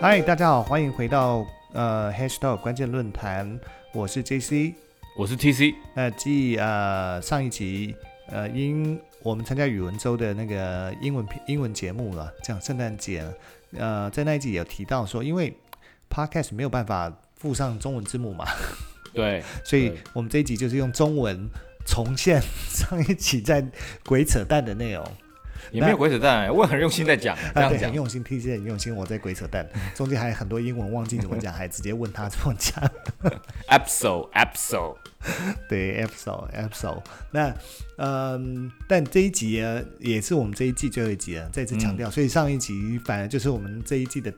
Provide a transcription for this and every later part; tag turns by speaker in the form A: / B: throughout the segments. A: 嗨，大家好，欢迎回到呃 Hashtag 关键论坛，我是 JC。
B: 我是 TC，
A: 那继呃上一集呃因我们参加语文周的那个英文英文节目了，讲圣诞节，呃在那一集有提到说，因为 Podcast 没有办法附上中文字幕嘛，
B: 对，
A: 所以
B: 对
A: 我们这一集就是用中文重现 上一集在鬼扯淡的内容。
B: 也没有鬼扯淡，啊我很用心在讲，这
A: 啊，
B: 样
A: 对，很
B: 讲，
A: 用心，T C 很用心，我在鬼扯淡，中间还有很多英文忘记怎么讲，还直接问他怎么讲。
B: episode episode，
A: 对 a p s o a p s o 那嗯，但这一集呢，也是我们这一季最后一集了，再次
B: 嗯
A: 强调，所以上一集反而就是我们这一季的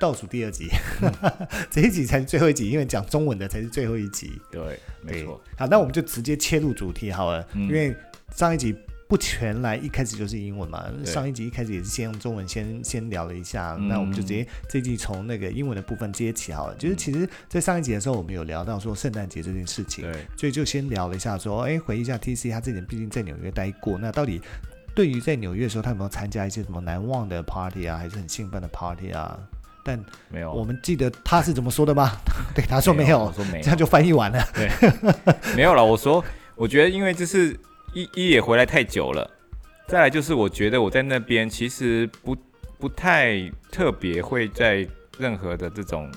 A: 倒数第二集，
B: 嗯
A: 这一集才是最后一集，因为讲中文的才是最后一集。
B: 对，没
A: 对
B: 错，，嗯
A: 好，那我们就直接切入主题好了，因为上一集。不全来，一开始就是英文嘛。
B: 对
A: 上一集一开始也是先用中文先先聊了一下，
B: 嗯
A: 那我们就直接这一集从那个英文的部分接起好了。就是其实，在上一集的时候，我们有聊到说圣诞节这件事情，
B: 对，
A: 所以就先聊了一下，说，哎，回忆一下 T C 他之前毕竟在纽约待过，那到底对于在纽约的时候，他有没有参加一些什么难忘的 party 啊，还是很兴奋的 party 啊？但
B: 没有，
A: 我们记得他是怎么说的吗？ 对，他说没
B: 我
A: 有，
B: 说没
A: 这样就翻译完了。
B: 有， 没有了。我说，我觉得因为这是一一也回来太久了，再来就是我觉得我在那边其实不不太特别会在任何的这种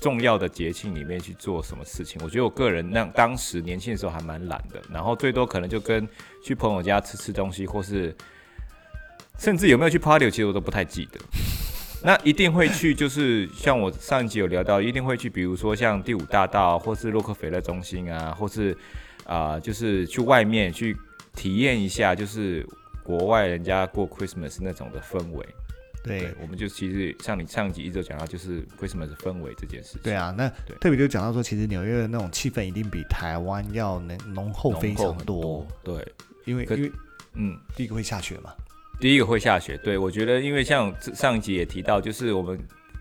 B: 重要的节庆里面去做什么事情。我觉得我个人那当时年轻的时候还蛮懒的，然后最多可能就跟去朋友家吃吃东西，或是甚至有没有去 party，其实我都不太记得。那一定会去，就是像我上一集有聊到，一定会去，比如说像第五大道，或是洛克菲勒中心啊，或是啊、就是去外面去体验一下，就是国外人家过 Christmas 那种的氛围。
A: 对
B: 对，我们就其实像你上一集一直有讲到，就是 Christmas 的氛围这件事情。
A: 对啊，那
B: 对
A: 特别就讲到说，其实纽约的那种气氛一定比台湾要浓浓厚
B: 浓
A: 非
B: 厚
A: 常
B: 很
A: 多，
B: 多。对，
A: 因为
B: 可
A: 因为
B: 嗯，
A: 第一个会下雪嘛，
B: 第一个会下雪。对我觉得，因为像这上一集也提到，就是我们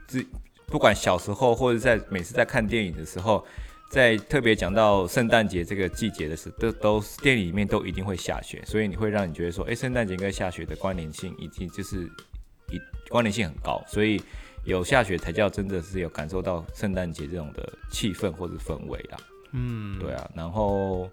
B: 自不管小时候或者在每次在看电影的时候，在特别讲到圣诞节这个季节的时候，都都电影里面都一定会下雪，所以你会让你觉得说，哎，圣诞节跟下雪的关联性以及就是一关联性很高，所以。有下雪才叫真的是有感受到圣诞节这种的气氛或者氛围啦。
A: 嗯，
B: 对啊，然后，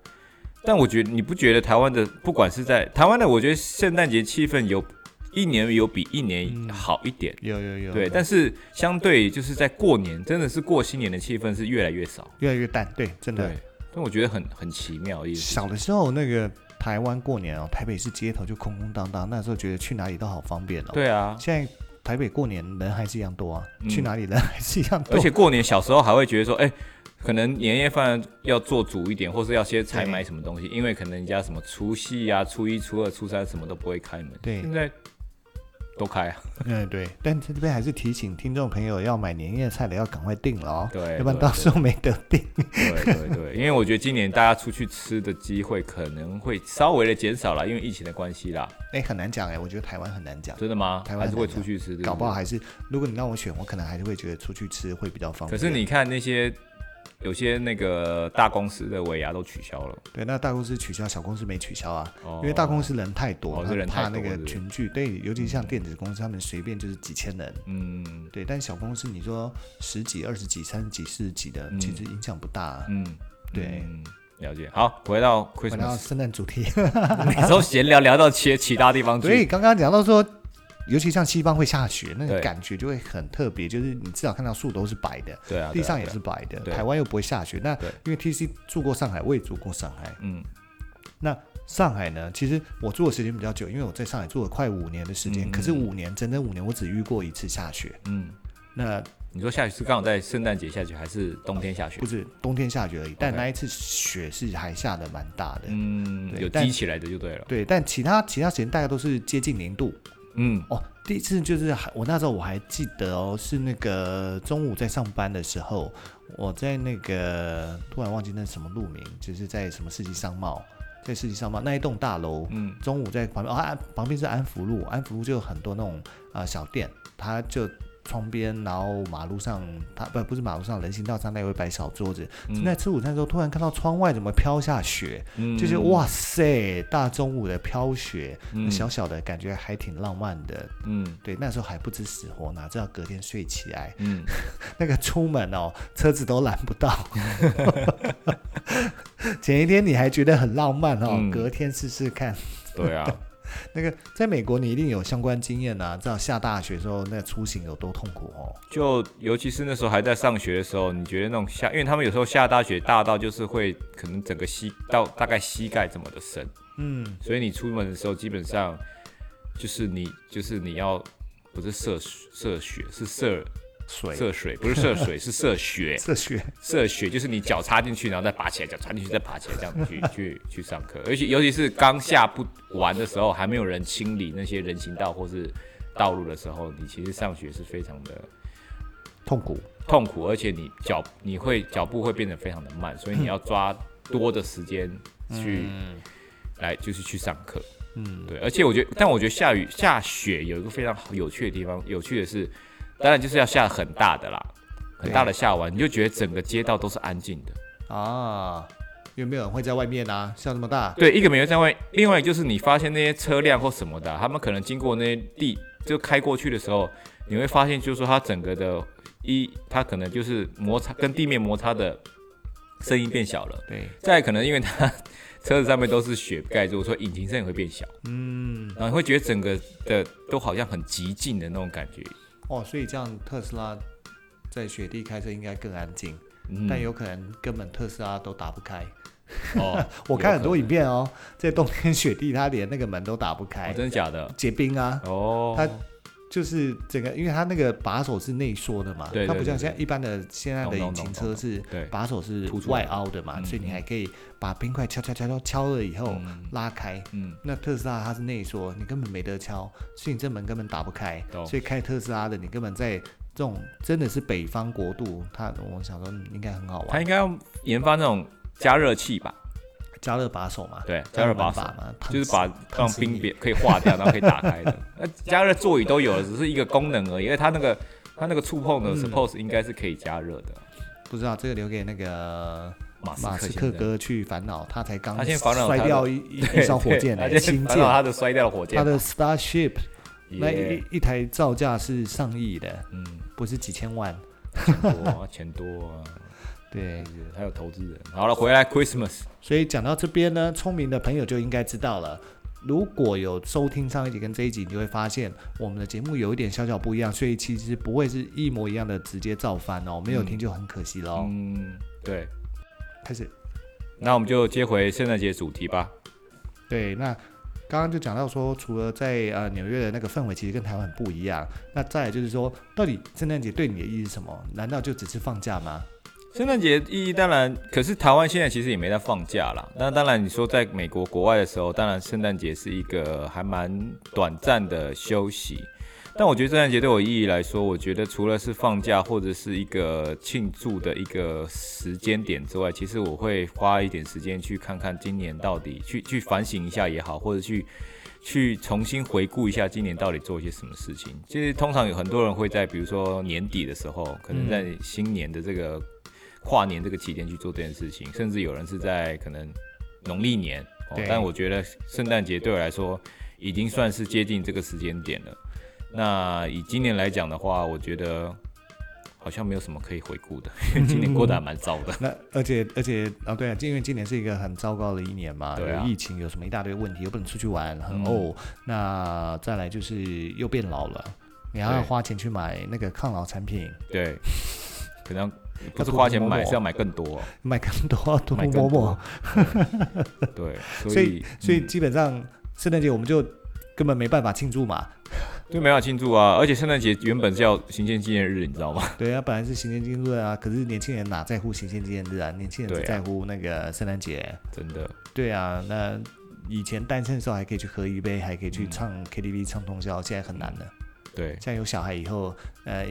B: 但我觉得你不觉得台湾的不管是在台湾的，我觉得圣诞节气氛有一年有比一年好一点，
A: 有有有，
B: 对，但是相对就是在过年，真的是过新年的气氛是越来越少，
A: 越来越淡，对，真的
B: 对，，但我觉得很很奇妙的意思，
A: 小的时候，那个台湾过年哦，台北市街头就空空荡荡，那时候觉得去哪里都好方便哦。，
B: 对啊，
A: 现在台北过年人还是一样多啊，
B: 嗯
A: 去哪里人还是一样多。
B: 而且过年小时候还会觉得说，哎、可能年夜饭要做足一点，或是要先采买什么东西，因为可能人家什么除夕啊、初一、初二、初三什么都不会开门，
A: 对
B: 现在都开啊，
A: 嗯，对，但这边还是提醒听众朋友，要买年夜菜的要赶快订了哦，
B: 对
A: 要不然
B: 对
A: 到时候没得订。
B: 对对对，因为我觉得今年大家出去吃的机会可能会稍微的减少了，因为疫情的关系啦。
A: 哎，很难讲哎，我觉得台湾很难讲，
B: 真的吗？
A: 台湾
B: 还是会
A: 很难
B: 出去吃，对对
A: 搞不好。还是如果你让我选，我可能还是会觉得出去吃会比较方
B: 可
A: 便。
B: 是你看那些有些那个大公司的尾牙都取消了，
A: 对，那大公司取消，小公司没取消啊。
B: 哦
A: 因为大公司人太多，他
B: 哦这
A: 们
B: 人太
A: 怕那
B: 多
A: 个
B: 是不是
A: 群聚，对，尤其像电子公司，他们随便就是几千人，
B: 嗯
A: 对，但小公司你说十几、二十几、三十几、四十几的，
B: 嗯
A: 其实影响不大、啊。
B: 嗯，
A: 对
B: 嗯了解。好，回到
A: 回到
B: Christmas，
A: 圣诞主题，
B: 每周闲聊聊到其其他地方
A: 所以
B: 去，
A: 刚刚讲到说，尤其像西方会下雪，那个
B: 对
A: 感觉就会很特别，就是你至少看到树都是白的，
B: 对啊，
A: 地
B: 对啊
A: 上也。
B: 对啊
A: 是白的，
B: 对
A: 台湾又不会下雪。那
B: 对
A: 因为 T C 住过上海，我也住过上海。
B: 嗯，
A: 那上海呢，其实我住的时间比较久，因为我在上海住了快五年的时间，
B: 嗯
A: 可是五年整整五年，我只遇过一次下雪。
B: 嗯，
A: 那
B: 你说下雪是刚好在圣诞节下雪，还是冬天下雪
A: 不？是冬天下雪而已，但
B: OK
A: 那一次雪是还下的蛮大的。
B: 嗯，
A: 对
B: 有
A: 但
B: 积起来的就对了。
A: 对，但其他其他时间大概都是接近零度
B: 嗯，
A: 哦。第一次就是还我那时候我还记得哦，是那个中午在上班的时候，我在那个突然忘记那是什么路名，就是在什么世纪商贸，在世纪商贸那一栋大楼，
B: 嗯，
A: 呃中午在旁边哦，安旁边是安福路，安福路就有很多那种啊小店，它就窗边，然后马路上，它不不是马路上人行道上那也会摆小桌子。
B: 嗯
A: 正在吃午餐的时候，突然看到窗外怎么飘下雪，
B: 嗯
A: 就是哇塞，大中午的飘雪，
B: 嗯
A: 小小的感觉还挺浪漫的。
B: 嗯
A: 对，那时候还不知死活，哪知道隔天睡起来，
B: 嗯，
A: 那个出门哦，车子都拦不 到。前一天你还觉得很浪漫哦，
B: 嗯
A: 隔天试试看。
B: 对啊，
A: 那个在美国，你一定有相关经验啊，知道下大雪的时候那出行有多痛苦哦。
B: 就尤其是那时候还在上学的时候，你觉得那种下，因为他们有时候下大雪大到就是会可能整个膝到大概膝盖这么的深，
A: 嗯，
B: 所以你出门的时候基本上就是你就是你要不是涉涉雪是涉
A: 水
B: 涉水，不是涉水是涉雪，
A: 这雪，
B: 涉雪就是你脚插进去，然后再拔起来，脚插进去再拔起来，这样去去去上课。尤其尤其是刚下不完的时候，还没有人清理那些人行道或是道路的时候，你其实上学是非常的
A: 痛苦。
B: 痛苦，而且你脚你会脚步会变得非常的慢，所以你要抓多的时间去、来就是去上课。
A: 嗯，
B: 对，而且我觉得，但我觉得下雨下雪有一个非常有趣的地方，有趣的是，当然就是要下很大的啦，很大的下完，你就觉得整个街道都是安静的。
A: 啊，有没有人会在外面啊？下那么大，
B: 对，一个没有在外，另外就是你发现那些车辆或什么的啊、他们可能经过那些地就开过去的时候，你会发现就是说它整个的一，它可能就是摩擦跟地面摩擦的声音变小了。
A: 对，
B: 再来可能因为它车子上面都是雪盖住，所以引擎声也会变小，
A: 嗯，
B: 然后你会觉得整个的都好像很极静的那种感觉。
A: 哦，所以这样特斯拉在雪地开车应该更安静，
B: 嗯
A: 但有可能根本特斯拉都打不开。，
B: 哦
A: 我看很多
B: 有
A: 影片哦，在冬天雪地，它连那个门都打不
B: 可能
A: 开
B: 哦，真的假的？
A: 结冰啊。
B: 哦，
A: 它就是整个，因为它那个把手是内缩的嘛，
B: 对对
A: 它不像
B: 对
A: 现在一般的现在的
B: 懂懂
A: 引擎
B: 懂
A: 车
B: 懂
A: 是
B: 对
A: 把手是
B: 凸出来
A: 外凹的嘛，
B: 嗯
A: 所以你
B: 嗯
A: 还可以把冰块敲敲敲敲敲了以后、
B: 嗯
A: 哦拉开。
B: 嗯
A: 那特斯拉它是内缩，你根本没得敲，所以你这门根本打不开。
B: 懂
A: 所以开特斯拉的你根本在这种真的是北方国度，它我想说嗯应该很好
B: 它
A: 玩，
B: 应该要研发那种加热器吧？
A: 加热把手嘛，
B: 对，加热把手。
A: 嘛，烫
B: 就是
A: 死
B: 把
A: 烫
B: 让
A: 死
B: 冰
A: 你
B: 别可以化掉，然后可以打 开的。那加热座椅都有了，只是一个功能而已。因为它那个它那个触碰呢、
A: 嗯
B: s u p p o s e 应该是可以加热的。
A: 不知道这个留给那个
B: 马斯
A: 马斯
B: 克
A: 克
B: 先生，
A: 哥去烦恼，他才刚
B: 他先烦恼
A: 摔
B: 他的
A: 掉一一一艘火箭、
B: 对
A: 欸，
B: 他
A: 新舰
B: 先看，到他的摔掉的火箭
A: 他
B: 嘛，
A: 的 Starship 那一
B: Yeah，
A: 一一台造价是上亿的，
B: 嗯，
A: 不是几千万。
B: 钱多啊，钱多啊，
A: 对
B: 就，是还有投资人。好了，回来 Christmas，
A: 所以讲到这边呢，聪明的朋友就应该知道了。如果有收听上一集跟这一集，你就会发现我们的节目有一点小小不一样，所以其实不会是一模一样的直接照翻哦，没有听就很可惜喽。
B: 嗯，对，
A: 开始，
B: 那我们就接回圣诞节主题吧。
A: 对，那刚刚就讲到说，除了在呃纽约的那个氛围其实跟台湾很不一样，那再来就是说，到底圣诞节对你的意义是什么？难道就只是放假吗？
B: 圣诞节意义当然，可是台湾现在其实也没在放假啦。那当然，你说在美国国外的时候，当然圣诞节是一个还蛮短暂的休息。但我觉得圣诞节对我意义来说，我觉得除了是放假或者是一个庆祝的一个时间点之外，其实我会花一点时间去看看今年到底去去反省一下也好，或者去去重新回顾一下今年到底做一些什么事情。其实通常有很多人会在比如说年底的时候，可能在新年的这个跨年这个期间去做这件事情，甚至有人是在可能农历年。哦
A: 对、
B: 但我觉得圣诞节对我来说已经算是接近这个时间点了。那以今年来讲的话，我觉得好像没有什么可以回 顾的，因为今年过得还蛮糟的。
A: 那而且而且啊、对啊，因为今年是一个很糟糕的一年嘛，
B: 对啊
A: 有疫情，有什么一大堆问题，又不能出去玩，很
B: 嗯
A: 哦。那再来就是又变老了，你还要
B: 对
A: 花钱去买那个抗老产品，
B: 对，可能不是花钱
A: 要涂抹
B: 买，
A: 抹
B: 是要买更多，
A: 买更多涂
B: 买
A: 涂
B: 更
A: 抹抹
B: 多。。 对，对
A: 所
B: 所
A: 以
B: 以嗯
A: 所以基本上圣诞节我们就根本没办法庆祝嘛，
B: 就没法庆祝啊。而且圣诞节原本是要行宪纪念日，你知道吗？
A: 对啊，本来是行宪纪念日啊，可是年轻人哪在乎行宪纪念日啊？年轻人
B: 对
A: 只
B: 啊
A: 在乎那个圣诞节。
B: 真的，
A: 对啊，那以前单身的时候还可以去喝一杯，还可以去
B: 嗯
A: 唱 KTV 唱通宵，现在很难了。
B: 对，
A: 像有小孩以后，呃，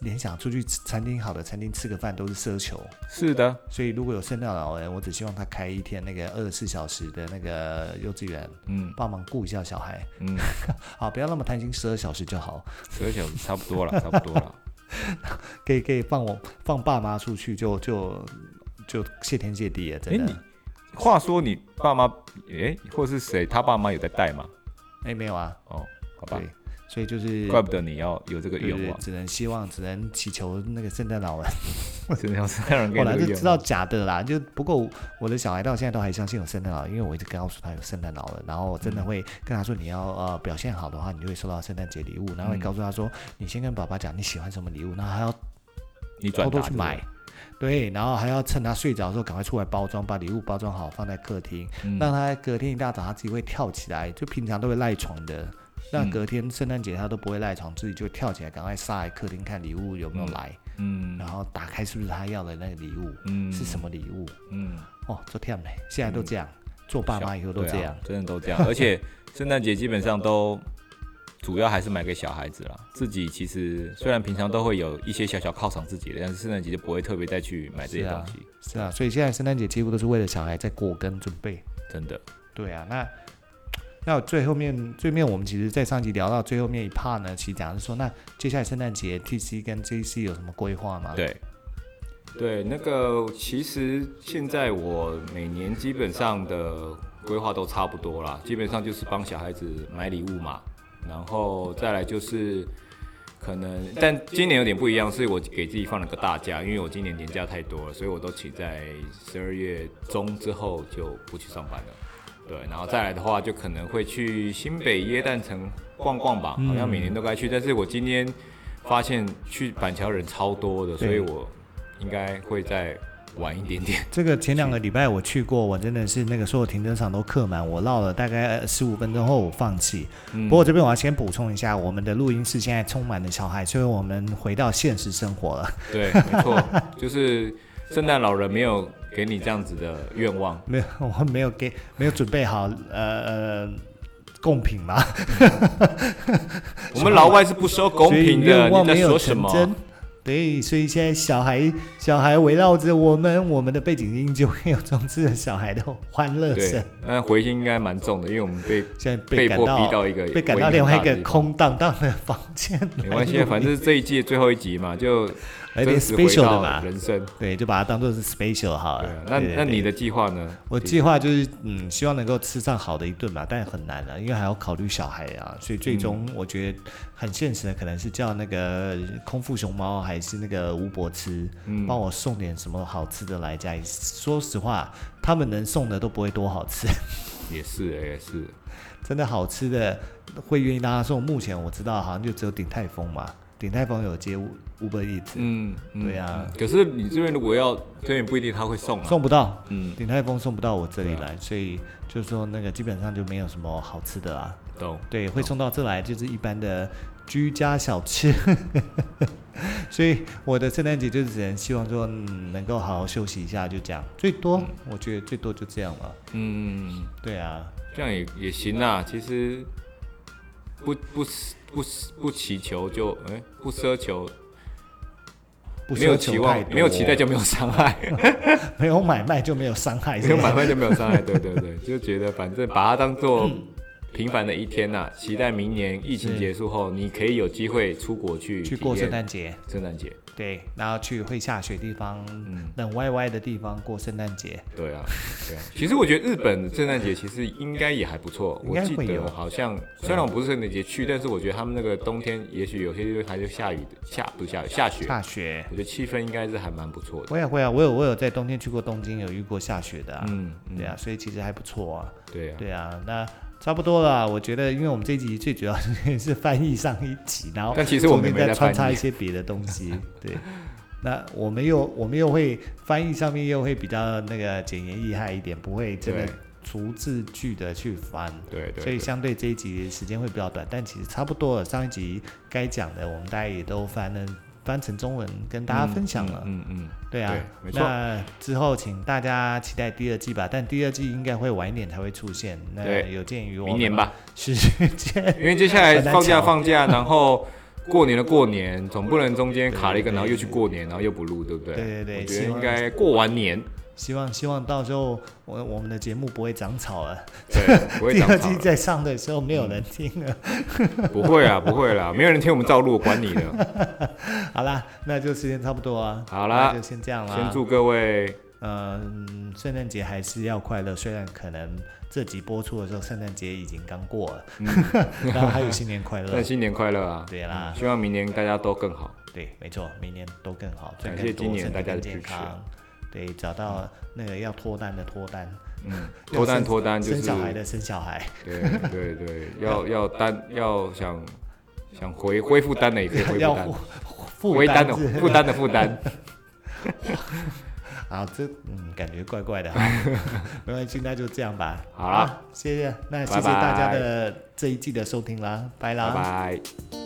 A: 联想出去吃餐厅好的餐厅吃个饭都是奢求，
B: 是的，
A: 所以如果有圣诞老人，我只希望他开一天那个二十四小时的那个幼稚园，
B: 嗯
A: 帮忙顾一下小孩，
B: 嗯，
A: 好，不要那么贪心，十二小时就好，
B: 十个小时差不多了，差不多 了。
A: 可以可以放我放爸妈出去就就就谢天谢地了，
B: 哎，
A: 真的
B: 你。话说你爸妈，哎，或是谁，他爸妈有在带吗？
A: 哎、没有啊，
B: 哦，好吧
A: 对，，所以就是
B: 怪不得你要有这个
A: 对对
B: 愿
A: 对
B: 望，
A: 只能希望，只能祈求那个圣诞老人。
B: 真的要是让人给
A: 后
B: 你
A: 来
B: 这
A: 就
B: 个
A: 知
B: 愿
A: 道
B: 望。
A: 假的啦，就不过我的小孩到现在都还相信有圣诞老人，因为我一直告诉他有圣诞老人，然后我真
B: 嗯
A: 的会跟他说你要呃表现好的话，你就会收到圣诞节礼物，然后会
B: 嗯
A: 告诉他说你先跟爸爸讲你喜欢什么礼物，然后还要
B: 你转
A: 偷偷
B: 达
A: 去
B: 这个
A: 买，。对，然后还要趁他睡着的时候赶快出来包装，把礼物包装好放在客厅，
B: 嗯
A: 让他隔天一大早他自己会跳起来，就平常都会赖床的，那
B: 嗯
A: 隔天圣诞节他都不会赖床，自己就跳起来赶快杀来客厅看礼物有没有
B: 嗯
A: 来，
B: 嗯
A: 然后打开是不是他要的那个礼物，
B: 嗯
A: 是什么礼物？
B: 嗯，
A: 哦，昨天没，现在都这样，做爸妈以后都
B: 对啊
A: 这样。
B: 真的都 这样。而且圣诞节基本上都主要还是买给小孩子啦，自己其实虽然平常都会有一些小小犒赏自己的，但是圣诞节就不会特别再去买这些
A: 是啊
B: 东西，
A: 是啊，所以现在圣诞节几乎都是为了小孩在过跟准备。
B: 真的。
A: 对啊，那那最后面最后面我们其实，在上集聊到最后面一 part 呢，其实讲的是说，那接下来圣诞节 TC 跟 JC 有什么规划吗？，
B: 对，对，那个其实现在我每年基本上的规划都差不多啦，基本上就是帮小孩子买礼物嘛，然后再来就是可能，但今年有点不一样，是我给自己放了个大假，因为我今年年假太多了，所以我都请在十二月中之后就不去上班了。对，然后再来的话，就可能会去新北耶诞城逛逛吧，好像每年都该去。但是我今天发现去板桥人超多的，所以
A: 对
B: 我应该会再晚一点点。
A: 这个前两个礼拜我去过，我真的是那个所有停车场都客满，我绕了大概呃十五分钟后我放弃。
B: 嗯
A: 不过这边我要先补充一下，我们的录音室现在充满了小孩，所以我们回到现实生活了。
B: 对，没错，就是圣诞老人没有给你这样子的愿望，
A: 没有， 我没有给，没有准备好呃呃贡品 嘛，
B: 我们老外是不收公
A: 所以
B: 平的。
A: 愿望
B: 你在
A: 没有
B: 说什
A: 成
B: 么？
A: 真。对，所以现在小孩小孩围绕着我们，我们的背景音就会有装置了小孩的欢乐声
B: 对。，那回音应该蛮重的，因为我们被
A: 现在
B: 被
A: 赶
B: 迫
A: 到
B: 逼到一个
A: 被赶
B: 回
A: 到
B: 音
A: 另外一
B: 很大
A: 个
B: 的地方
A: 空荡荡的房间来录音，
B: 没关系，反正是这一季最后一集嘛，就
A: 来点
B: 真实回
A: special 的
B: 到
A: 嘛
B: 人生。
A: 对，就把它当做是 special 好
B: 对
A: 了
B: 啊。，那
A: 对对
B: 那
A: 对
B: 你的计划呢？
A: 我计划就是，嗯，希望能够吃上好的一顿吧，但很难啊，因为还要考虑小孩啊，所以最终
B: 嗯
A: 我觉得很现实的，可能是叫那个空腹熊猫还是那个吴伯吃，
B: 嗯
A: 帮我送点什么好吃的来家里。说实话，他们能送的都不会多好吃，
B: 也是也是，
A: 真的好吃的会愿意让他送。目前我知道好像就只有鼎泰丰嘛，鼎泰丰有接吴伯一直
B: 嗯，嗯
A: 对啊
B: 嗯可是你这边如果要，这边不一定他会送啊。
A: 送不到，
B: 嗯，
A: 鼎泰丰送不到我这里
B: 对啊
A: 来，所以就是说那个基本上就没有什么好吃的啦。
B: 懂。
A: 对，会送到这来，就是一般的居家小吃。 所以我的圣诞节就只能希望说、嗯能够好好休息一下，就这样。最多、我觉得最多就这样了。
B: 嗯，
A: 对啊，
B: 这样也也行啦。其实不不不不祈求就哎、不奢求，
A: 不
B: 没有
A: 奢求太
B: 期望，
A: 多
B: 没有期待，就没有伤害，
A: 没有买卖就没有伤害，
B: 没
A: 是
B: 有
A: 吧
B: 买卖就没有伤害。对对对，就觉得反正把它当做平凡的一天呐、期待明年疫情
A: 是
B: 结束后，你可以有机会出国去
A: 去
B: 体
A: 过
B: 验
A: 圣诞节，
B: 圣诞节。
A: 对，然后去会下雪地方、
B: 嗯
A: 冷歪歪的地方过圣诞节。
B: 对啊，对啊。 其实我觉得日本的圣诞节其实应该也还不错，
A: 应
B: 我
A: 该
B: 记
A: 会有
B: 得好像虽然我不是圣诞节去，但是我觉得他们那个冬天也许有些地方还就下雨的，下不是下雨下雪，
A: 下雪，
B: 我觉得气氛应该是还蛮不错的。
A: 会啊会啊，我有我有在冬天去过东京，有遇过下雪的啊。
B: 嗯，嗯
A: 对啊，，所以其实还不错啊。
B: 对啊，
A: 对啊，那差不多了。我觉得，因为我们这一集最主要是是翻译上一集，然后
B: 但其实我们
A: 中
B: 没
A: 间
B: 在
A: 再穿
B: 翻
A: 插
B: 译
A: 一些别的东西。 对，那我们又我们又会翻译上面又会比较那个简言易害一点，不会真的
B: 对
A: 逐字句的去翻。
B: 对对
A: 所以
B: 对，
A: 相对这一集时间会比较短，但其实差不多了。上一集该讲的我们大家也都翻了翻成中文跟大家分享了。
B: 嗯嗯，嗯
A: 对啊，
B: 对没错
A: 那之后请大家期待第二季吧，但第二季应该会晚一点才会出现。那
B: 对
A: 有鉴于
B: 嗯
A: 我
B: 明年
A: 们
B: 吧，
A: 时间，
B: 因为接下来
A: 很难
B: 放假
A: 讲
B: 放假，然后过年的过年，总不能中间卡了一个，然后又去过年，然后又不录，对不对？
A: 对对对
B: 我觉
A: 希
B: 得
A: 望
B: 应该过完年，
A: 希望 希望到时候我我们的节目不会长草了。
B: 对，不 会
A: 第
B: 长
A: 二
B: 草
A: 季在上的时候没有人听 了。
B: 了，不会啊啦，不会啦，没有人听我们照录，管你的。
A: 好啦，那就时间差不多啊。
B: 好啦
A: 那就先这样啦。
B: 先祝各位
A: 嗯，圣诞节还是要快乐，虽然可能这集播出的时候圣诞节已经刚过了，
B: 嗯
A: 然后还有新年快乐
B: 但。新年快乐啊！
A: 对啦
B: 希望明年大家都更好。
A: 对，没错，明年都更好，赚
B: 感
A: 更
B: 谢今
A: 多，
B: 年
A: 身体
B: 大家
A: 更
B: 的
A: 健
B: 支持
A: 康。对，找到那个要脱单的脱单，
B: 嗯，脱单
A: 要生
B: 脱单就是
A: 生小孩的生小孩。
B: 对对对，要要单要想想恢恢复单的也可以恢
A: 要
B: 复单，
A: 负负
B: 恢单的
A: 是
B: 负担的负担。
A: 啊，这嗯感觉怪怪的， 没关系，那就这样吧。
B: 好啦
A: 谢谢，那谢谢
B: 拜拜
A: 大家的这一季的收听啦，拜啦。
B: 拜拜。